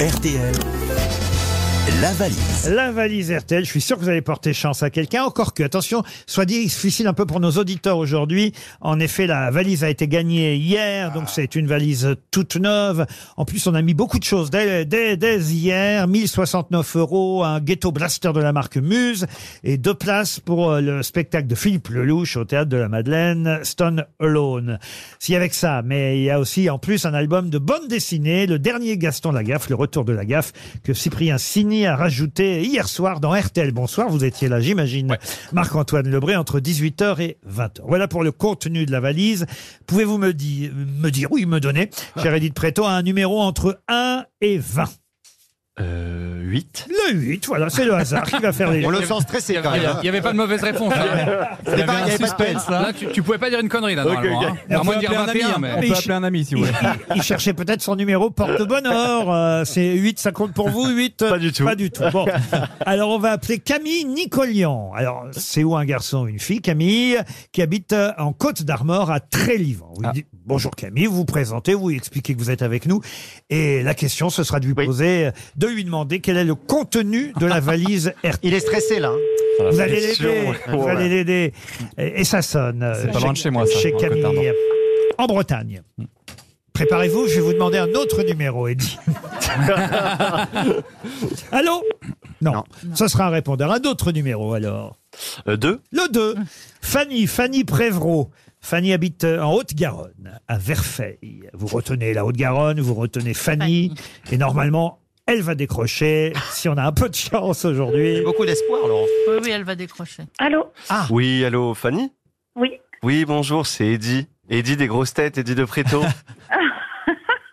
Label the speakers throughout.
Speaker 1: RTL, la valise.
Speaker 2: La valise RTL, je suis sûr que vous allez porter chance à quelqu'un. Encore que, attention, soit dit, difficile un peu pour nos auditeurs aujourd'hui. En effet, la valise a été gagnée hier, donc c'est une valise toute neuve. En plus, on a mis beaucoup de choses dès, dès, dès hier. 1069 euros, un ghetto blaster de la marque Muse et deux places pour euh, le spectacle de Philippe Lelouch au Théâtre de la Madeleine, Stone Alone. S'il y avait que ça, mais il y a aussi en plus un album de bande dessinée, le dernier Gaston Lagaffe, le retour de Lagaffe, que Cyprien Sini a rajouté hier soir dans RTL. Bonsoir, vous étiez là, j'imagine. Marc-Antoine Lebré, entre 18h et 20h. Voilà pour le contenu de la valise. Pouvez-vous me, dire, me dire, oui, me donner, cher Edith Préto, un numéro entre 1 et 20
Speaker 3: Euh, 8
Speaker 2: Le 8, voilà, c'est le hasard qui va faire les
Speaker 4: On le sent stressé quand
Speaker 5: Ah, Il n'y
Speaker 4: même. hein.
Speaker 5: avait, pas de mauvaise réponse. Hein. Il y avait
Speaker 4: pas- il y
Speaker 5: un
Speaker 4: avait pas de
Speaker 5: suspense. hein.
Speaker 4: peine.
Speaker 5: Là, tu, tu pouvais pas dire une connerie, là, normalement. hein.
Speaker 2: Et on
Speaker 5: À moins
Speaker 2: peut
Speaker 5: de dire
Speaker 2: appeler un
Speaker 5: 21,
Speaker 2: ami, hein.
Speaker 5: mais...
Speaker 2: peut appeler
Speaker 3: un ami si
Speaker 2: Il, il- il cherchait peut-être son numéro porte-bonheur. Euh, c'est 8, ça compte pour vous 8
Speaker 3: Pas du tout.
Speaker 2: Pas du tout. Bon. Alors, on va appeler Camille Nicolian. Alors, c'est où un garçon une fille, Camille, qui habite euh, en Côte d'Armor à Trélivan. Vous lui dites, bonjour Camille, vous vous présentez, vous lui expliquez que vous êtes avec nous. Et la question, ce sera de lui
Speaker 4: Oui.
Speaker 2: poser, euh, de lui demander quel est le contenu de la valise RT.
Speaker 4: Il est stressé là. hein.
Speaker 2: Vous allez l'aider. Vous allez l'aider. Et, et ça sonne. euh,
Speaker 5: pas loin de chez moi, ça,
Speaker 2: Chez
Speaker 5: en Bretagne.
Speaker 2: Camille. En Bretagne. Préparez-vous, je vais vous demander un autre numéro, Eddie. Allô non. ce sera un répondeur. Un autre numéro, alors.
Speaker 3: 2
Speaker 2: Le 2. Fanny, Fanny Prévraud. Fanny habite euh, en Haute-Garonne, à Verfeil. Vous retenez la Haute-Garonne, vous retenez Fanny. Et normalement, elle va décrocher, si on a un peu de chance aujourd'hui.
Speaker 4: Beaucoup d'espoir, Laurent.
Speaker 6: Oui, oui, elle va décrocher.
Speaker 7: Allô
Speaker 4: Ah.
Speaker 3: Oui, allô, Fanny
Speaker 7: Oui.
Speaker 3: Oui, bonjour, c'est Eddy. Eddy des grosses têtes, Eddy de Préto.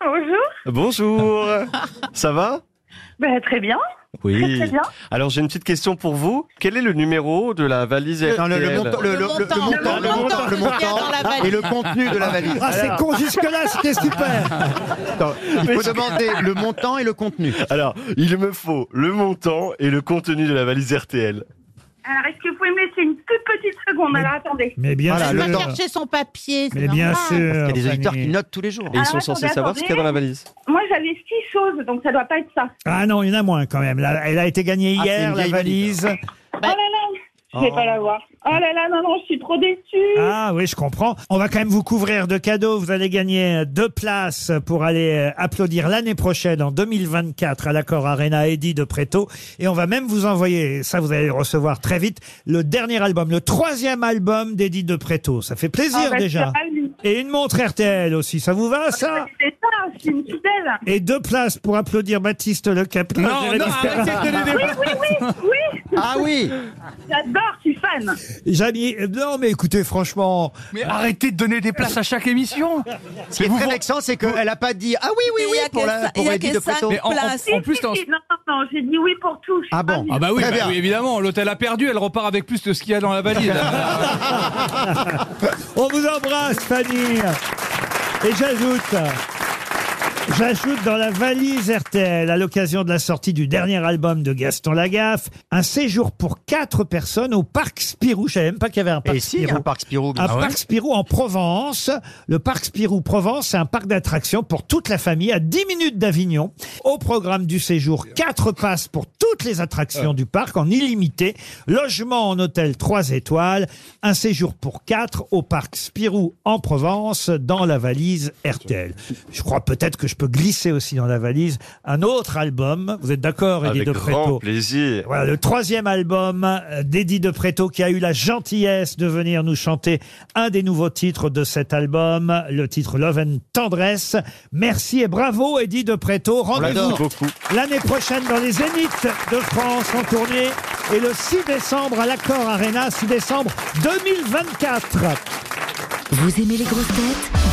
Speaker 7: Bonjour
Speaker 3: bonjour Ça va
Speaker 7: Ben, Très bien,
Speaker 3: Oui.
Speaker 7: très bien.
Speaker 3: Alors, j'ai une petite question pour vous. Quel est le numéro de la valise
Speaker 4: Non, le, le
Speaker 3: RTL?
Speaker 4: montant, le, le- le- le
Speaker 6: montant,
Speaker 4: montant, le montant, le
Speaker 6: qu'il y a dans la
Speaker 4: montant
Speaker 6: valise.
Speaker 4: et le contenu de la valise.
Speaker 2: Ah, c'est con, jusque-là, c'était super.
Speaker 4: Attends, il faut demander le montant et le contenu.
Speaker 3: Alors, il me faut le montant et le contenu de la valise RTL.
Speaker 7: Alors, est-ce que vous pouvez me laisser une toute petite seconde Alors, attendez.
Speaker 2: Mais bien
Speaker 4: Voilà,
Speaker 2: sûr.
Speaker 4: le-
Speaker 6: chercher son papier, c'est
Speaker 2: Mais bien
Speaker 6: normal.
Speaker 2: sûr.
Speaker 4: Il y a des auditeurs
Speaker 2: Fanny.
Speaker 4: qui notent tous les jours.
Speaker 3: Et ils sont
Speaker 7: Ah,
Speaker 3: censés
Speaker 7: attendez,
Speaker 3: savoir ce qu'il y a dans la valise.
Speaker 7: Moi, j'avais six choses, donc ça doit pas être ça.
Speaker 2: Ah non, il y en a moins quand même. Là, elle a été gagnée
Speaker 4: Ah, c'est une
Speaker 2: hier, la
Speaker 4: vieille valise.
Speaker 2: valise.
Speaker 6: Bah-
Speaker 7: Oh là là je vais
Speaker 4: Oh.
Speaker 7: pas l'avoir. Oh là là, non, non, je suis trop déçue.
Speaker 2: Ah oui, je comprends. On va quand même vous couvrir de cadeaux. Vous allez gagner deux places pour aller euh, applaudir l'année prochaine, en 2024, à l'accord Arena Eddy de Préto. Et on va même vous envoyer, ça vous allez le recevoir très vite, le dernier album, le troisième album d'Eddy de Préto. Ça fait
Speaker 7: Ah,
Speaker 2: plaisir
Speaker 7: bah,
Speaker 2: déjà.
Speaker 7: c'est pas lui.
Speaker 2: Et une montre RTL aussi, ça vous va ça
Speaker 7: C'est ça, je suis une fidèle.
Speaker 2: Et deux places pour applaudir Baptiste Le Caplan.
Speaker 5: Non,
Speaker 2: Jérémy
Speaker 5: non,
Speaker 2: Ferrand.
Speaker 5: arrêtez de donner des
Speaker 4: Ah oui
Speaker 7: J'adore, je suis fan.
Speaker 2: Jamy, euh, non mais écoutez, franchement,
Speaker 5: Mais arrêtez de donner des places à chaque émission
Speaker 4: Ce qui est très vexant, c'est qu'elle n'a pas dit Ah oui, oui,
Speaker 8: Il
Speaker 4: oui
Speaker 8: y a
Speaker 4: pour,
Speaker 8: que
Speaker 4: la,
Speaker 8: ça-
Speaker 4: pour
Speaker 8: il y a
Speaker 4: Eddie
Speaker 8: que
Speaker 4: de
Speaker 8: ça.
Speaker 4: Préto.
Speaker 5: Mais en, en-
Speaker 7: Si,
Speaker 5: en plus,
Speaker 7: si,
Speaker 5: t'en-
Speaker 7: si, Non, non, non, j'ai dit oui pour tout. je suis
Speaker 4: Ah bon.
Speaker 7: ravie.
Speaker 5: Ah bah oui,
Speaker 4: Très
Speaker 5: bah
Speaker 4: bien.
Speaker 5: oui, évidemment, l'hôtel a perdu, elle repart avec plus de ce qu'il y a dans la valise.
Speaker 2: on vous embrasse Fanny. Et j'ajoute... J'ajoute dans la valise RTL, à l'occasion de la sortie du dernier album de Gaston Lagaffe, un séjour pour quatre personnes au Parc Spirou. Je savais même pas qu'il y avait un Parc
Speaker 4: Et si, il y a
Speaker 2: Spirou.
Speaker 4: un parc Spirou. bien
Speaker 2: Un
Speaker 4: sûr. Ah
Speaker 2: parc Spirou en Provence. Le parc Spirou Provence, c'est un parc d'attractions pour toute la famille à 10 minutes d'Avignon. Au programme du séjour, quatre passes pour toutes les attractions du parc en illimité. Logement en hôtel 3 étoiles. Un séjour pour quatre au parc Spirou en Provence dans la valise RTL. Je crois peut-être que je peux glisser aussi dans la valise un autre album. Vous êtes d'accord, Eddie
Speaker 3: Avec
Speaker 2: de
Speaker 3: grand
Speaker 2: Préto
Speaker 3: plaisir.
Speaker 2: voilà, le troisième album euh, d'Eddie de Préto qui a eu la gentillesse de venir nous chanter un des nouveaux titres de cet album, le titre Love and Tendresse. Merci et bravo Eddie de Préto.
Speaker 3: Merci
Speaker 2: Rendez-vous
Speaker 3: beaucoup.
Speaker 2: l'année prochaine dans les Zéniths de France en tournée et le 6 décembre à l'Accor Arena, 6 décembre 2024.
Speaker 8: Vous aimez les grosses têtes